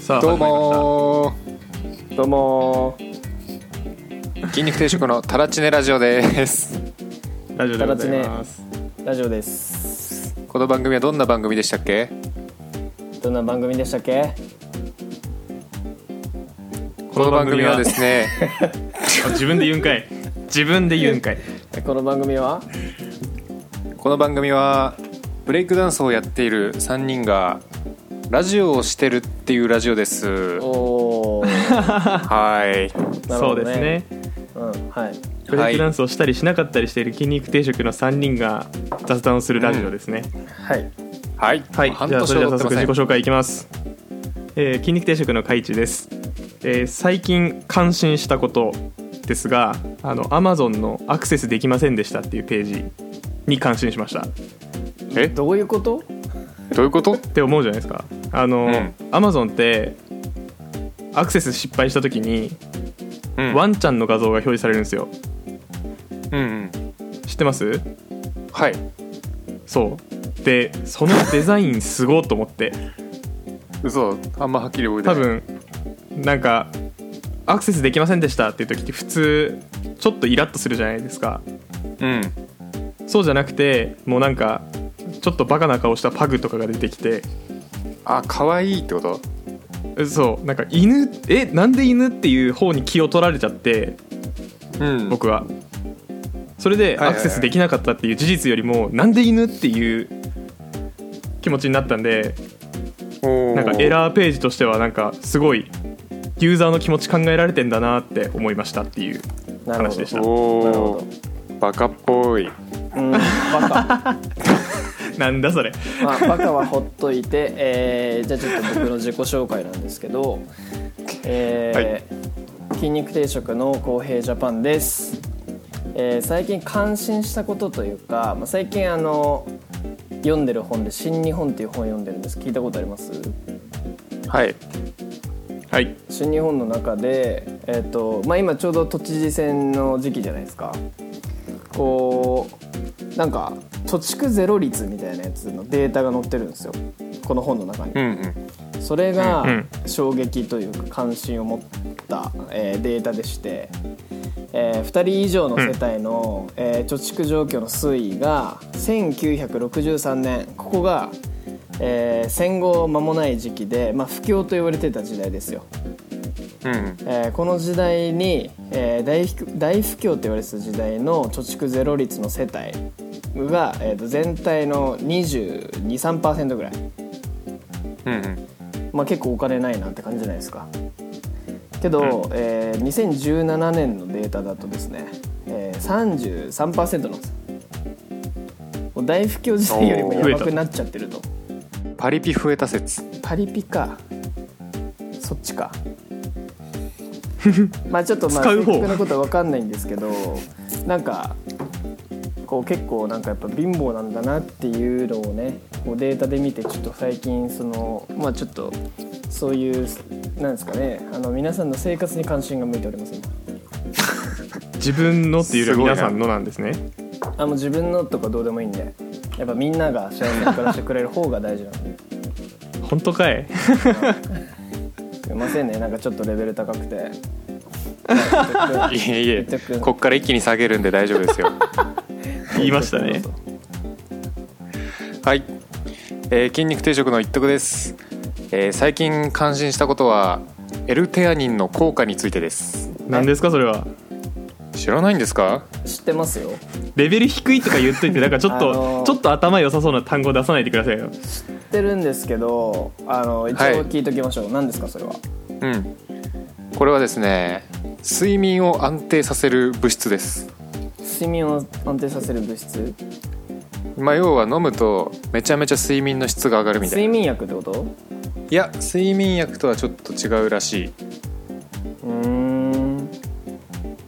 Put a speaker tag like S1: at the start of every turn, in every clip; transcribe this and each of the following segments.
S1: さあ
S2: どう
S1: 始
S2: も
S3: どうもー
S2: ー筋肉定食のタラチネラジオです
S1: まりましたラジオでございます
S3: ラジオです
S2: この番組はどんな番組でしたっけ
S3: どんな番組でしたっけ
S2: この番組はですね
S1: あ自分で言うん かい自分で言うんかい
S3: この番組は
S2: この番組はブレイクダンスをやっている3人がラジオをしてるっていうラジオです
S3: おお
S2: はい
S3: なるほ
S1: そう
S3: ど
S1: ですね
S3: うんはい
S1: ブレイクダンスをしたりしなかったりしている筋肉定食の3人が雑談をするラジオですね、
S3: はい
S2: はい、
S1: はい
S2: 半
S1: じゃあ
S2: 年
S1: それで
S2: は
S1: は
S2: 経
S1: 早
S2: ってま
S1: 速自
S2: せ
S1: 己紹
S2: ん
S1: 介いきます、えー筋肉定食のカイチです、えー最近感心したことですがあの Amazon のアクセスできませんでしたっていうページに感心しました
S2: え
S3: どういうこと
S2: どういうこと
S1: って思うじゃないですかあの、
S2: うん
S1: Amazon ってアクセス失敗した時に
S2: うん
S1: ワンちゃんの画像が表示されるんですよ
S2: うんうん
S1: 知ってます
S2: はい
S1: そうでそのデザインすごっと思って
S2: 嘘あんまはっきり覚えてな
S1: 多
S2: い
S1: 分なんかアクセスできませんでしたっていう時って普通ちょっとイラッとするじゃないですか
S2: うん
S1: そうじゃなくてもうなんかちょっとバカな顔したパグとかが出てきて
S2: あ可愛いってこと
S1: そうなんか犬えなんで犬っていう方に気を取られちゃって
S2: うん
S1: 僕はそれで
S2: はいはいは
S1: ア
S2: い
S1: クセスできなかったっていう事実よりもなんで犬っていう気持ちになったんで
S2: おー
S1: なんかエラーページとしてはなんかすごいユーザーの気持ち考えられてんだなって思いましたっていう
S3: なるほ
S1: 話
S3: ど
S1: でした
S3: なる
S2: お
S3: ほ
S2: おバカっぽい
S3: うんバカ
S1: なんだそれ
S3: まあバカはほっといて、えーじゃあちょっと僕の自己紹介なんですけどえー筋肉定食の公平ジャパンです、えー最近感心したことというか、まあ、最近あの読んでる本で「新日本」っていう本読んでるんです聞いたことあります
S2: はい
S1: はい
S3: 新日本の中で、えーとまあ、今ちょうど都知事選の時期じゃないですかこうなんか貯蓄ゼロ率みたいなやつのデータが載ってるんですよこの本の中に
S2: うんうん
S3: それが
S1: うんうん
S3: 衝撃というか関心を持った、えーデータでして、え2人以上の世帯の、えー貯蓄状況の推移が1963年ここが、えー戦後間もない時期で、まあ、不況と言われてた時代ですよ。
S2: うん
S3: えーこの時代に、えー大不大不況と言われてた時代の貯蓄ゼロ率の世帯が、えーと全体の223%ぐらい、
S2: うんうん
S3: まあ、結構お金ないなって感じじゃないですかけど、えー2017年のデータだとですね、えー、33%なんですよもう大不況時代よりもやばくなっちゃってると
S2: パリピ増えた説
S3: パリピかそっち かまあちょっとまあ
S1: 使う
S3: 正
S1: 方
S3: 確なことは分かんないんですけどなんかこう結構なんかやっぱ貧乏なんだなっていうのをねこうデータで見てちょっと最近そのまあちょっとそういうなんですかねあの皆さんの生活に関心が向いております今
S1: 自分のっていうよりは皆さんのなんですね
S3: あもう自分のとかどうでもいいんでやっぱみんなが幸せに暮らしてくれる方が大事なんで
S1: 本当か い
S3: すいませんねなんかちょっとレベル高くて
S2: いえいえ
S3: 言っとく
S2: こっから一気に下げるんで大丈夫ですよ
S1: 言いましたね
S2: はい、えー筋肉定食の一徳です、えー最近感心したことは L テアニンの効果についてです
S1: 何ですかそれは
S2: 知らないんですか
S3: 知ってますよ
S1: レベル低いとか言っといてなんかちょっ と、
S3: あのー
S1: ちょっと頭良さそうな単語出さないでくださいよ
S3: 知ってるんですけどあの一応
S2: はい
S3: 聞いときましょう、何ですかそれは
S2: うんこれはですね睡眠を安定させる物質です
S3: 睡眠を安定させる物質
S2: まあ要は飲むとめちゃめちゃ睡眠の質が上がるみたい
S3: 睡
S2: な
S3: 眠薬ってこと
S2: いや睡眠薬とはちょっと違うらしいう
S3: ーん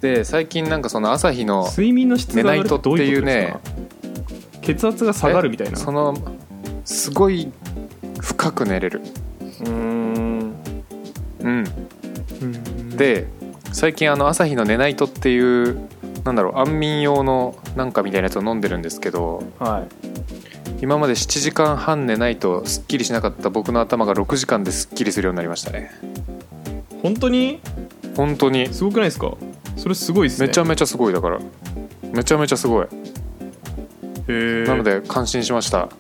S2: で最近なんかその朝日の
S1: 睡眠の質が上がるってどういうことですか
S2: 寝ない
S1: 血圧が下がるみたいな
S2: えそのすごい深く寝れる
S3: うーん
S2: うん
S1: うん
S2: で最近あの朝日の「寝ないと」っていうなんだろう安眠用のなんかみたいなやつを飲んでるんですけど
S3: はい
S2: 今まで7時間半寝ないとすっきりしなかった僕の頭が6時間ですっきりするようになりましたね
S1: 本当に
S2: 本当に
S1: すごくないですかそれすごいですね
S2: めちゃめちゃすごいだからめちゃめちゃすごい
S1: へー
S2: なので感心しました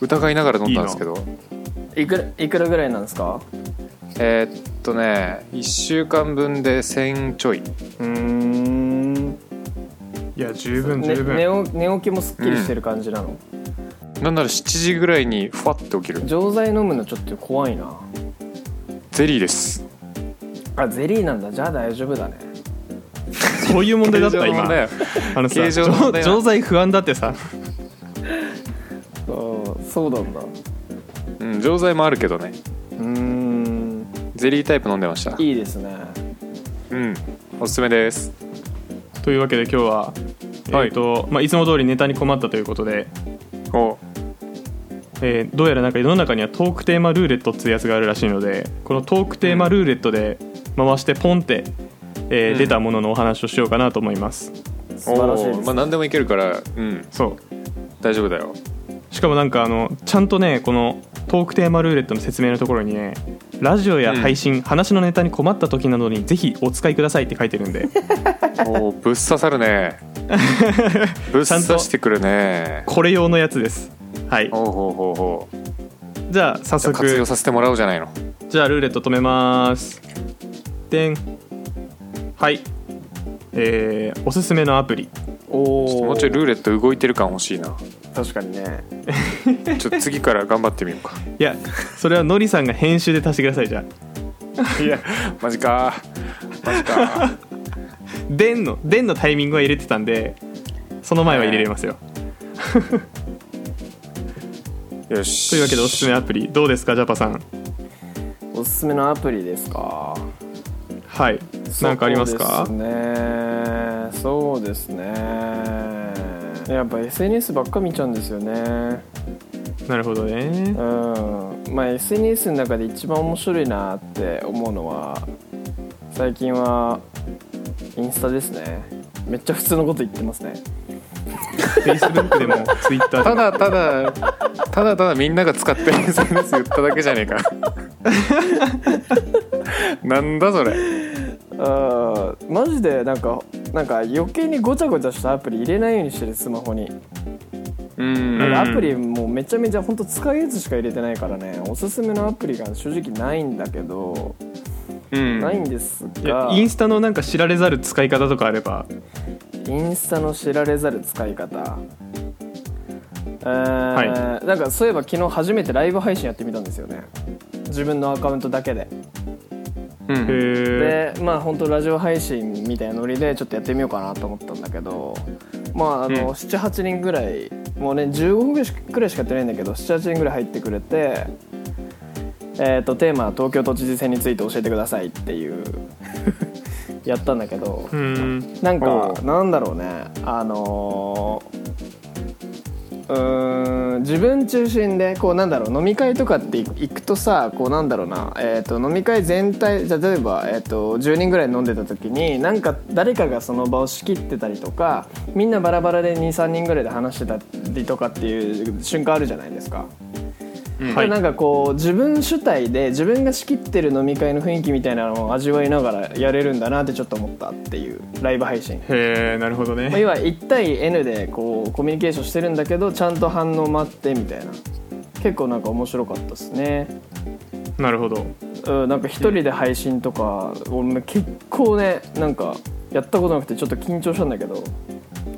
S2: 疑いながら飲んだんですけど
S3: いくらいくらぐらいなんですか
S2: えーっとね1週間分で1000ちょいう
S3: ーん、ね、
S1: いや十分
S3: 寝
S1: 十分、
S3: お寝起きもすっきりしてる感じなの、
S2: なんなら7時ぐらいにふわって起きる
S3: 錠剤飲むのちょっと怖いな
S2: ゼリーです
S3: あゼリーなんだじゃあ大丈夫だね
S1: そういう問題だった
S2: 形状
S1: 今
S2: のね
S1: あのさ
S2: 形状の 問題だ
S1: 錠剤不安だってさ
S3: そうそうなんだう
S2: うん錠剤もあるけどね
S3: ーん
S2: ゼリータイプ飲んでました
S3: いいですね
S2: うんおすすめです
S1: というわけで今日は、
S2: はい
S1: いえーとまあ、いつも通りネタに困ったということで、
S2: お
S1: えーどうやらなんか世の中にはトークテーマルーレットっていうやつがあるらしいのでこのトークテーマルーレットで回してポンって、えー
S2: うん
S1: 出たもののお話をしようかなと思います
S3: 素晴らしいです
S2: おーまあ何でもいけるからうん
S1: そう
S2: 大丈夫だよ
S1: しかもなんかあのちゃんとねこのトークテーマルーレットの説明のところにねラジオや配信、話のネタに困った時などにぜひお使いくださいって書いてるんで
S2: おーぶっ刺さ るねぶっ刺してくるね
S1: これ用のやつですはい
S2: ほうほうほうほう
S1: じゃあ早
S2: じゃあ活用
S1: 速
S2: させてもらおうじゃないの
S1: じゃあルーレット止めますでんはいえーおすすめのアプリ
S3: おお
S2: もうちょいルーレット動いてる感欲しい な
S3: 確かにね
S2: ちょっと次から頑張ってみようか
S1: いやそれはのりさんが編集で足してくださいじゃあ
S2: いやマジかマジか
S1: でんのでんのタイミングは入れてたんでその前は入れれますよ、
S2: よし
S1: というわけでおすすめアプリどうですかジャパさん
S3: おすすめのアプリですか
S1: はいなんかありますか
S3: そうですねそうですねやっぱ SNS ばっか見ちゃうんですよね
S1: なるほどね
S3: うんまあ SNS の中で一番面白いなって思うのは最近はインスタですねめっちゃ普通のこと言ってますね
S1: Facebook でも Twitter で
S2: た
S1: も
S2: だただただただみんなが使ってる SNS 言っただけじゃね えかなんだそれ
S3: あーマジでなんかなんか余計にごちゃごちゃしたアプリ入れないようにしてるスマホに
S2: うん
S1: うん
S3: アプリもうめちゃめちゃ本当使うやつしか入れてないからねおすすめのアプリが正直ないんだけど、
S2: うん
S3: ないんです
S1: いや
S3: が
S1: インスタのなんか知られざる使い方とかあれば
S3: インスタの知られざる使い方えーなんかそういえば昨日初めてライブ配信やってみたんですよね自分のアカウントだけで
S2: う
S1: へ
S2: ん
S1: え
S3: でまあ本当ラジオ配信みたいなノリでちょっとやってみようかなと思ったんだけどまああの、
S2: うん
S3: 78人ぐらいもうね15分ぐらいしくらいしかやってないんだけど78人ぐらい入ってくれてえー、とテーマは東京都知事選について教えてくださいっていう やったんだけど
S1: うん
S3: なん
S2: お
S3: か
S2: う
S3: なんだろうねあのーうーん自分中心でこうなんだろう飲み会とかって行くとさこうなんだろうな、えー、と飲み会全体じゃあ例えば、えー、と10人ぐらい飲んでた時になんか誰かがその場を仕切ってたりとかみんなバラバラで23人ぐらいで話してたりとかっていう瞬間あるじゃないですか。
S2: うん
S1: はい
S3: なんかこう自分主体で自分が仕切ってる飲み会の雰囲気みたいなのを味わいながらやれるんだなってちょっと思ったっていうライブ配信
S1: へえなるほど
S3: まあ、
S1: ね
S3: 要は1対 N でこうコミュニケーションしてるんだけどちゃんと反応待ってみたいな結構なんか面白かったですね、
S1: なるほど
S3: うん、なんか一人で配信とか俺結構ねなんかやったことなくてちょっと緊張したんだけど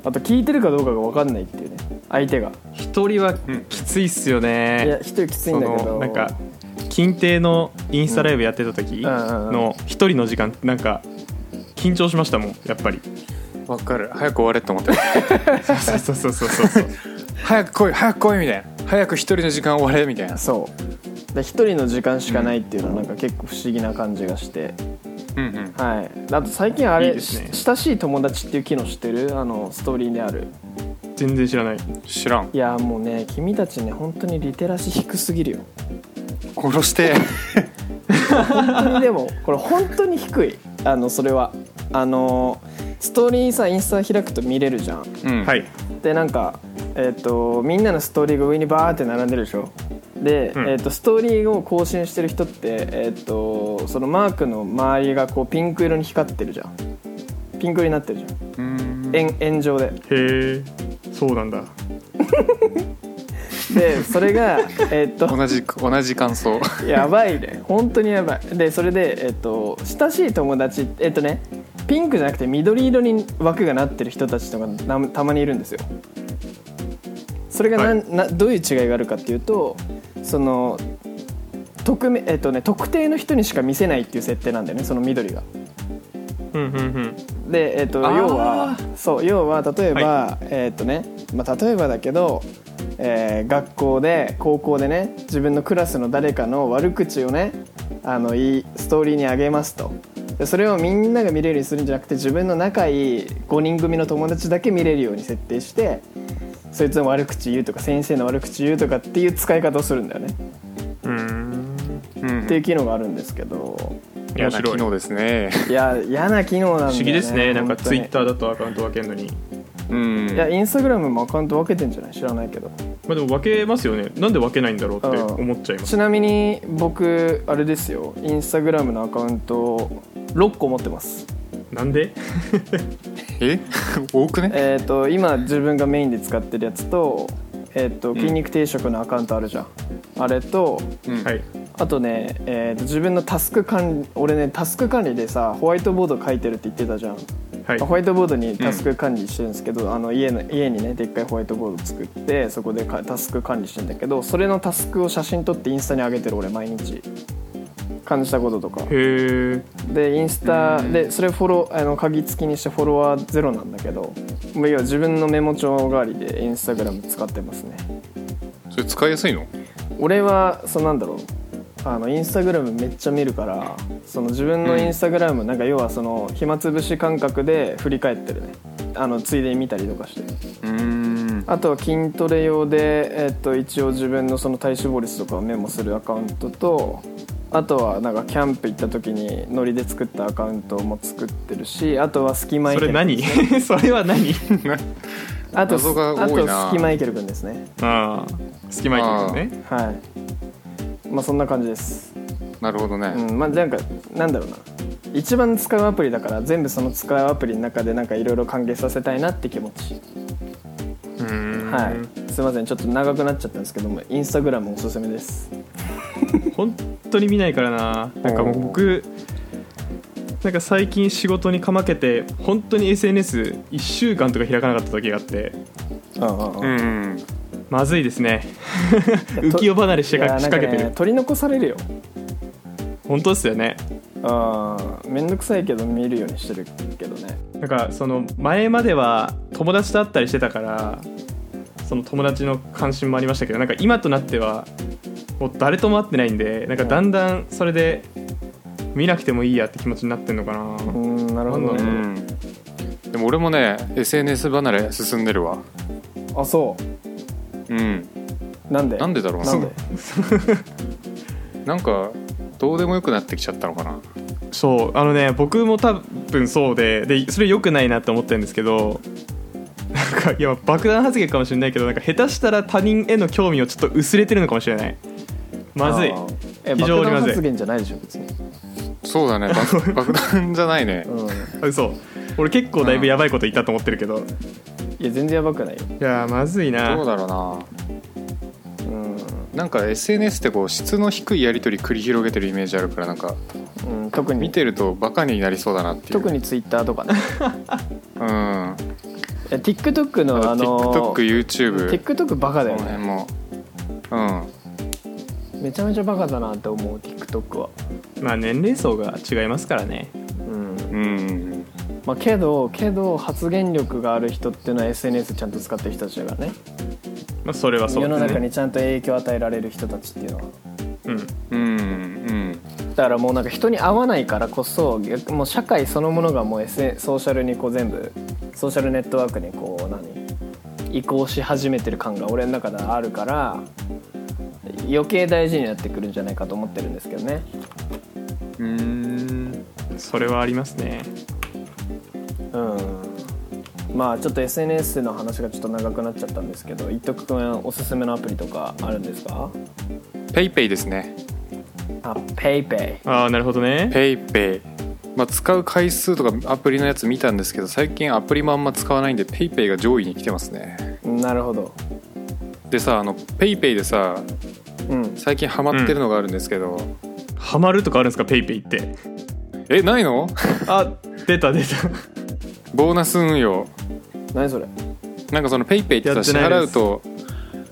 S3: あと聞いてるかどうかが分かんないっていうね相手が
S1: 一人は
S2: ん
S1: きついっすよ
S3: いや
S1: ね
S3: 一人きつい
S1: そ
S3: んだけ
S1: の
S3: ど
S1: なんか近邸のインスタライブやってた時
S3: うんうん
S1: の一人の時間なんか緊張しましたもんやっぱり
S2: わかる早く終われって思った
S1: そうそうそうそうそう
S2: 早く来い早く来いみたいな早く一人の時間終われみたいな
S3: そうで一人の時間しかないっていうのはなんか結構不思議な感じがして
S2: うんうん
S3: はいあと最近あれ
S1: いいですね
S3: し親しい友達っていう機能知ってるあのストーリーにある
S1: 全然知らない
S2: 知らん
S3: いやーもうね君たちね本当にリテラシー低すぎるよ
S2: 殺して
S3: 本当にでもこれ本当に低いあのそれはあのーストーリーさインスタ開くと見れるじゃん
S2: うん
S1: はい
S3: でなんかえっとみんなのストーリーが上にバーって並んでるでしょで、
S1: うん
S3: えっとストーリーを更新してる人って、えっとそのマークの周りがこうピンク色に光ってるじゃんピンク色になってるじゃ
S2: うん
S3: ん円円状で
S1: へえそうなんだ
S3: でそれがえっと
S2: 同じ同じ感想
S3: やばいね本当にやばいでそれで、えっと親しい友達えっとねピンクじゃなくて緑色に枠がなってる人たちとかなたまにいるんですよそれがなん、などういう違いがあるかっていうとその匿名えっとね、特定の人にしか見せないっていう設定なんだよねその緑が
S1: うんうんうん
S3: で、えっと
S2: あー
S3: 要はそう要は例えば、
S1: は
S3: えっとねまあ、例えばだけど、えー学校で高校でね自分のクラスの誰かの悪口をねあのいいストーリーにあげますとでそれをみんなが見れるようにするんじゃなくて自分の仲いい5人組の友達だけ見れるように設定してそいつの悪口言うとか先生の悪口言うとかっていう使い方をするんだよね、
S1: うーん
S2: うん
S3: っていう機能があるんですけど
S2: 嫌
S1: 面
S2: な
S1: 白
S2: 機
S1: い
S2: 能ですね
S3: いや嫌な機能なんだ
S1: 不
S3: よね
S1: 思議ですねなんか
S3: 本当
S1: ツイ
S3: に
S1: ッターだとアカウント分けるのに
S2: うん
S3: いやインスタグラムもアカウント分けてんじゃない知らないけど
S1: まあでも分けますよねなんで分けないんだろうって思っちゃいます
S3: ちなみに僕あれですよインスタグラムのアカウント6個持ってます
S1: なんで
S2: え 多くね
S3: えっ、と今自分がメインで使ってるやつと,、えー、と筋肉定食のアカウントあるじゃん、あれと
S2: うん
S1: はい
S3: あとね、えーと自分のタスク管理俺ねタスク管理でさホワイトボード書いてるって言ってたじゃん、
S1: はい
S3: ホワイトボードにタスク管理してるんですけど、あの家の家にねでっかいホワイトボード作ってそこでかタスク管理してんだけどそれのタスクを写真撮ってインスタに上げてる俺毎日感じたこととか
S1: へえ
S3: でインスタ
S2: うん
S3: でそれフォローあの鍵付きにしてフォロワーゼロなんだけどもう要は自分のメモ帳代わりでインスタグラム使ってますね
S2: それ使いやすいの
S3: 俺はそうなんだろうあのインスタグラムめっちゃ見るからその自分のインスタグラム、なんか要はその暇つぶし感覚で振り返ってるねあのついでに見たりとかして
S2: うん
S3: あとは筋トレ用で、えっと、一応自分のその体脂肪率とかをメモするアカウントとあとはなんかキャンプ行った時にノリで作ったアカウントも作ってるしあとは隙間
S1: そ
S3: イ
S1: れ
S3: ケル君
S1: 何 それは何
S3: あと
S2: 謎が
S3: あ
S2: 多い
S3: と
S2: な
S3: 隙間イケル君ですね
S1: ああ隙間行ってね
S3: はいまあそんな感じです
S2: なるほどね、
S3: うんまあなんかなんだろうな一番使うアプリだから全部その使うアプリの中でなんかいろいろ歓迎させたいなって気持ち
S1: うーん
S3: はいすいませんちょっと長くなっちゃったんですけどもインスタグラムおすすめです
S1: 本当に見ないからななんかもう僕なんか最近仕事にかまけて本当に SNS1 週間とか開かなかった時があって
S3: うんうんうん
S2: うんうん
S1: まずいですね
S3: やと
S1: 浮世離れして
S3: い
S1: か
S3: や
S1: 仕掛けて
S3: なんか
S1: る、
S3: ね、取り残されるよ
S1: 本当ですよね
S3: あーめんどくさいけど見るようにしてるけどね
S1: なんかその前までは友達と会ったりしてたからその友達の関心もありましたけどなんか今となってはもう誰とも会ってないんでなんかだんだんそれで見なくてもいいやって気持ちになってんのかな、
S3: うーんなるほど
S1: う
S2: う
S1: なだろ
S3: ね
S2: んでも俺もね SNS 離れ進んでるわ
S3: あそ
S2: うん
S3: うなんで
S2: なんでだろうな
S3: なんで
S2: なんかどうでもよくなってきちゃったのかな
S1: そうあのね僕も多分そうででそれ良くないなって思ってるんですけどなんかいや爆弾発言かもしれないけどなんか下手したら他人への興味をちょっと薄れてるのかもしれないまずい
S3: あーえ
S1: 非
S3: 非
S1: 常
S3: 常
S1: に
S3: に
S1: まずい
S3: 発言じゃないでしょ別に
S2: そうだね ば爆弾じゃないね
S3: うんい
S1: 嘘俺結構だいぶやばいこと言ったと思ってるけど、い
S3: や全然やばくないよ
S1: やーまずいな
S2: どうだろうな
S3: うん、
S2: なんか SNS ってこう質の低いやり取り繰り広げてるイメージあるからなんか
S3: うん、特
S2: 見
S3: に
S2: てるとバカになりそうだなっていう
S3: 特にツイッターとかね
S2: うん
S3: いや TikTok
S2: あ
S3: のあの
S2: TikTokYouTube
S3: TikTok バカ
S2: こ
S3: だよ
S2: の
S3: ね
S2: 辺もうん
S3: めちゃめちゃバカだなって思う TikTok は
S1: まあ年齢層が違いますからね
S3: うん
S2: うん
S3: まあけどけど発言力がある人っていうのは SNS ちゃんと使ってる人たちだからね
S1: まあそれはそう
S3: 世の
S1: です
S3: 中
S1: ね
S3: にちゃんと影響を与えられる人たちっていうのは
S1: うん
S2: うんうん
S3: だからもうなんか人に会わないからこそ逆もう社会そのものがもう、SN、ソーシャルにこう全部ソーシャルネットワークにこう何移行し始めてる感が俺の中ではあるから余計大事になってくるんじゃないかと思ってるんですけどね
S2: うん
S1: それはありますね
S3: うんまあちょっと SNS の話がちょっと長くなっちゃったんですけど一徳くんおすすめのアプリとかあるんですか
S2: ペイペイですね
S3: あペイペ
S1: ああなるほどね
S2: ペイペイまあ、使う回数とかアプリのやつ見たんですけど最近アプリもあんま使わないんで PayPay が上位に来てますね
S3: イなるほど
S2: でさあの PayPay でさ
S3: うん
S2: 最近ハマってるのがあるんですけど、
S1: ハマるとかあるんですかペイペイって
S2: えないの
S1: あ出た出た
S2: ボーナス運用
S3: 何それ
S2: なんかその PayPay って
S1: や
S2: さ
S1: っ
S2: 支
S1: てない
S2: 払
S1: で
S2: う
S1: す
S2: と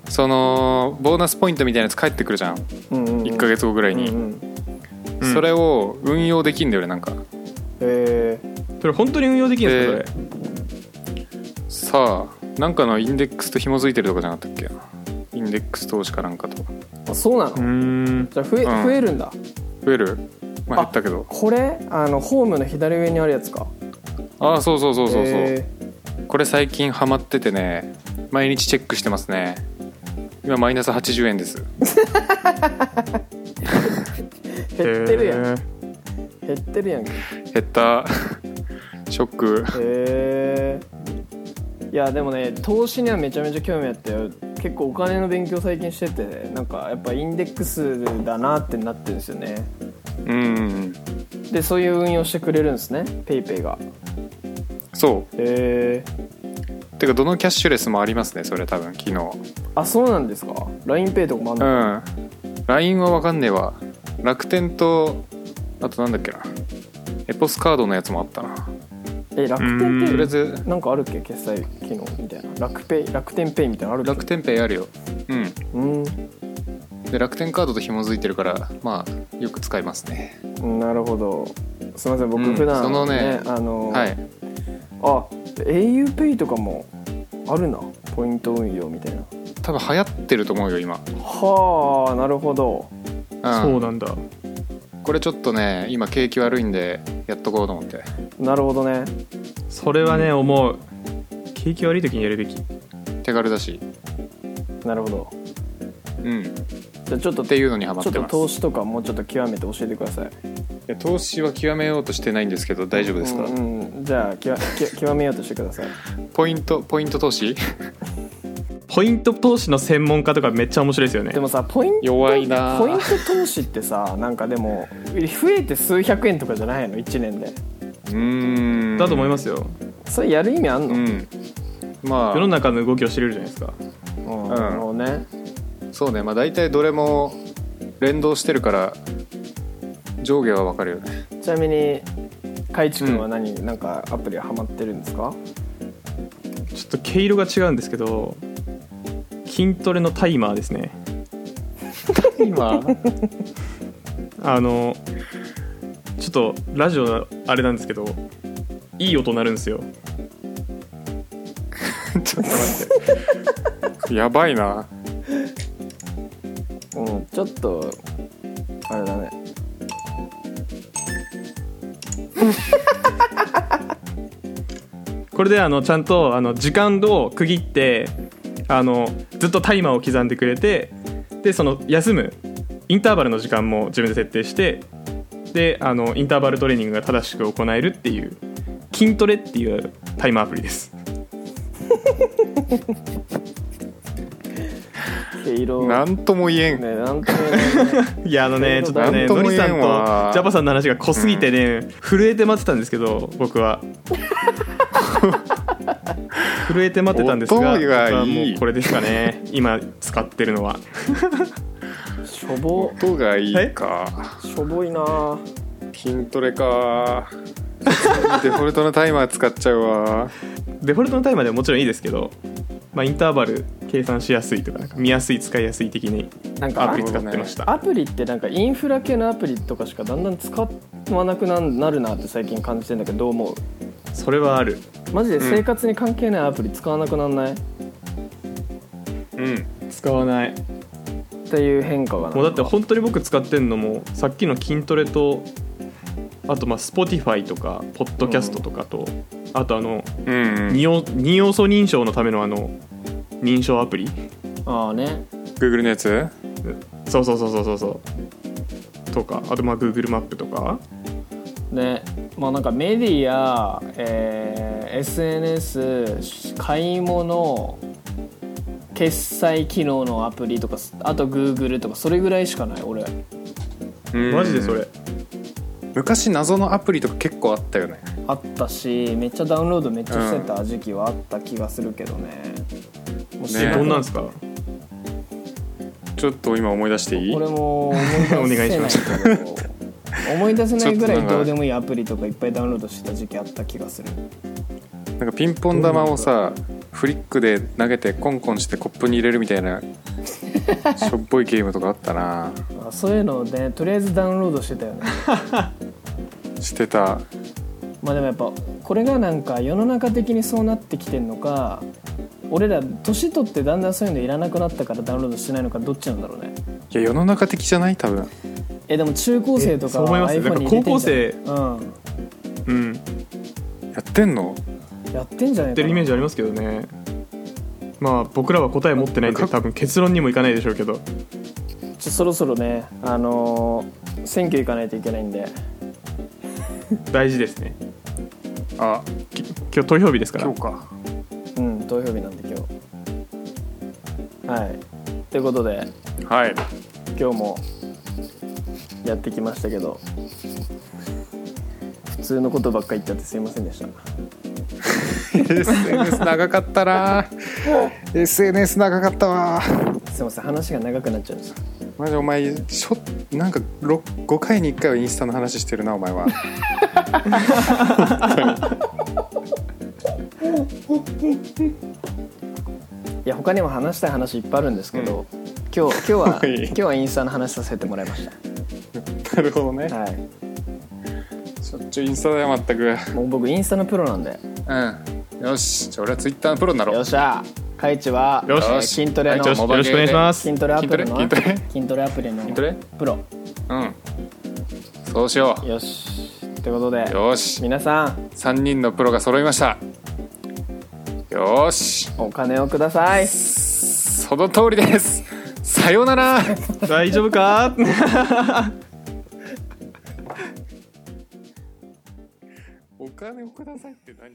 S2: そのボーナスポイントみたいなやつ返ってくるじゃん
S3: うんうん、うん、
S2: 1ヶ月後ぐらいに、
S3: うんうん、
S1: うん
S2: それを運用できんだよねなんか
S3: え
S1: それ本当に運用できるんですかそれ、
S2: さあなんかのインデックスと紐づいてるとかじゃなかったっけインデックス投資かなんかと
S3: ー、あそうなの、
S1: うーん
S3: じゃあ増え,、
S2: うん
S3: 増えるんだ
S2: 増えるまあ
S3: あ
S2: 減ったけど
S3: これあのホームの左上にあるやつか
S2: ああそうそうそうそうそう、
S3: え
S2: これ最近ハマっててね毎日チェックしてますね今マイナス80円です
S3: ー減ってるやん、
S1: へー
S3: 減ってるやんけへ
S2: 減った ショック
S3: えー、いやでもね投資にはめちゃめちゃ興味あって結構お金の勉強最近しててなんかやっぱインデックスだなってなってるんですよね
S2: うんうんうん
S3: でそういう運用してくれるんですね PayPay が
S2: そ
S3: へえ
S2: うてかどのキャッシュレスもありますねそれ多分昨日
S3: あそうなんですか LINEPay とかもあん
S2: う
S3: の、
S2: ん LINE は分かんねえわ楽天とあとなんだっけなエポスカードのやつもあったな
S3: え楽天
S1: う
S2: とりあ
S3: ペ
S2: えず
S3: イなんかあるっけ決済機能みたいな楽ペイ楽天ペイみたいなのあるっけ
S2: 楽天ペイあるようん
S3: うん
S2: で楽天カードと紐づいてるからまあよく使いますね
S3: なるほどすみません僕
S2: うん
S3: 普
S2: そ
S3: 段、
S2: のね
S3: あの、
S2: はい
S3: あ auPay とかもあるなポイント運用みたいな
S2: 多分流行ってると思うよ今、うん
S3: はあなるほど
S1: そうなんだ
S2: これちょっとね今景気悪いんでやっとこうと思って
S3: なるほどね
S1: それはね思う景気悪い時にやるべき
S2: 手軽だし
S3: なるほど
S2: うんっ
S3: じゃあちょっと
S2: ていうのにハマっ
S3: ちょってと
S2: ます
S3: 投資とかもうちょっと極めて教えてください
S2: いや投資は極めようとしてないんですけど大丈夫ですか、
S3: うん、うん、じゃあ極 極極めようとしてください
S2: ポイントポイント投資
S1: ポイント投資の専門家とかめっちゃ面白いですよね
S3: でもさポイント
S2: 弱いな
S3: ポイント投資ってさなんかでも増えて数百円とかじゃないの1年で
S2: うーん
S1: だと思いますすよ
S3: それやる意味あんの、
S2: うんま
S1: 世の中の動きを知れるじゃないですか
S3: うん
S2: ん
S3: なるほどね
S2: あそうねまあ大体どれも連動してるから上下は分かるよね
S3: ちなみにかいちくんは何、なんかアプリはハマってるんですか
S1: ちょっと毛色が違うんですけど筋トレのタイマーですね
S2: 今
S1: あのちょっとラジオのあれなんですけどいい音鳴るんですよ
S2: ちょっと待って やばいな
S3: うんちょっとあれだね
S1: これであのちゃんとあの時間を区切ってあのずっとタイマーを刻んでくれてでその休むインターバルの時間も自分で設定してであのインターバルトレーニングが正しく行えるっていう筋トレっていうタイマーアプリです
S3: 毛色
S2: なんとも言えん、
S3: ねなんとも言えない ね
S1: いやあのねちょっと
S2: な
S1: ね
S2: んと
S1: ノ
S2: も
S1: リさんと
S2: 言えん
S1: ジ
S2: わ
S1: ャパさんの話が濃すぎてね、震えて待ってたんですけど僕 は震えて待ってたんですが
S2: 音がいい
S1: 僕はもうこれですかね今使ってるのは
S3: しょぼ
S2: 音がいいか
S3: しょぼいな
S2: 筋トレか デフォルトのタイマー使っちゃうわ
S1: デフォルトのタイマーでももちろんいいですけど、まあ、インターバル計算しやすいとかなんか見やすい使いやすい的に
S3: なんか
S1: ア
S3: ア
S1: プ
S3: プ
S1: リ
S3: リ
S1: 使ってました、
S3: アプリってなんかインフラ系のアプリとかしかだんだん使わなくなんなるなって最近感じてんだけどどう思う
S1: それはある
S3: マジで生活に関係ないアプリ使わなくなんない、
S2: うん
S1: 使わない
S3: っていう変化が
S1: もうだ
S3: な
S1: って本当に僕使ってんのもさっきの筋トレとあとまあ Spotify とかポッドキャストとかと、あとあの
S2: うんうん
S1: 二要二要素認証のためのあの認証アプリ
S3: ああね
S2: Google のやつ
S1: そうそうそうそうそうそうとかあとまあ Google マップとか
S3: ねまあなんかメディア、えー SNS 買い物決済機能のアプリとかあと Google とかそれぐらいしかない俺
S1: マジでそれ
S2: 昔謎のアプリとか結構あったよね
S3: あったしめっちゃダウンロードめっちゃしてた時期はあった気がするけどね、もうしばらく
S1: どんなんですか
S2: ちょっと今思い出していい
S3: 俺も思い出せ
S1: お願いし
S3: な
S1: ま
S3: い
S1: す
S3: けど 思い出せないぐら
S2: ちょっとないんか
S3: どうでもいいアプリとかいっぱいダウンロードしてた時期あった気がする
S2: なんかピンポン玉をさフリックで投げてコンコンしてコップに入れるみたい なしょっぽいゲームとかあったな
S3: あそういうので、とりあえずダウンロードしてたよね
S2: してた
S3: まあでもやっぱこれがなんか世の中的にそうなってきてんのか俺ら年取ってだんだんそういうのいらなくなったからダウンロードしてないのかどっちなんだろうね
S2: いや世の中的じゃない多分
S3: えでも中高生と
S1: え
S3: か
S1: そう思い
S3: は
S1: ます
S3: iPhone に入れてんじゃない
S1: うん
S2: やってんの
S3: うんやってんじゃ
S1: や
S3: ない
S1: っ
S3: か
S1: て
S3: な
S1: るイメージありますけどねまあ僕らは答え持ってないんで多分結論にもいかないでしょうけど
S3: ちょそろそろねあのー選挙行かないといけないんで
S1: 大事ですね
S2: あ
S1: き今日投票日ですから
S2: 今日か
S3: うん投票日なんで今日はいということで
S2: はい
S3: 今日もやってきましたけど普通のことばっか言っちゃってすいませんでした
S2: SNS 長かった な SNS 長かったわ
S3: すいません話が長くなっちゃいました
S2: マジお前しょなんかろ5回に1回はインスタの話してる なお前は
S3: いや他にも話したい話いっぱいあるんですけど、今日今日 は今日はインスタの話させてもらいまし
S2: なるほどね
S3: たはい
S2: しょっちゅうインスタだよ全く
S3: もう僕インスタのプロなんで
S2: うんよしじゃあ俺はツイッターのプロになろ
S3: よ
S2: う
S3: っしゃカイチは
S1: よし
S3: えー筋トレの
S1: はいよしよろしくお願いします
S3: 筋トレアプリの
S2: 筋トレ筋ト
S3: 筋トレアプリの
S2: 筋トレ
S3: プロ
S2: うんそうしよ
S3: よしということ
S2: う
S3: で
S2: よし
S3: 皆さん
S2: 3人のプロが揃いましたよし
S3: お金をください
S2: その通りですさようなら
S1: 大丈夫か
S2: お金をくださいって何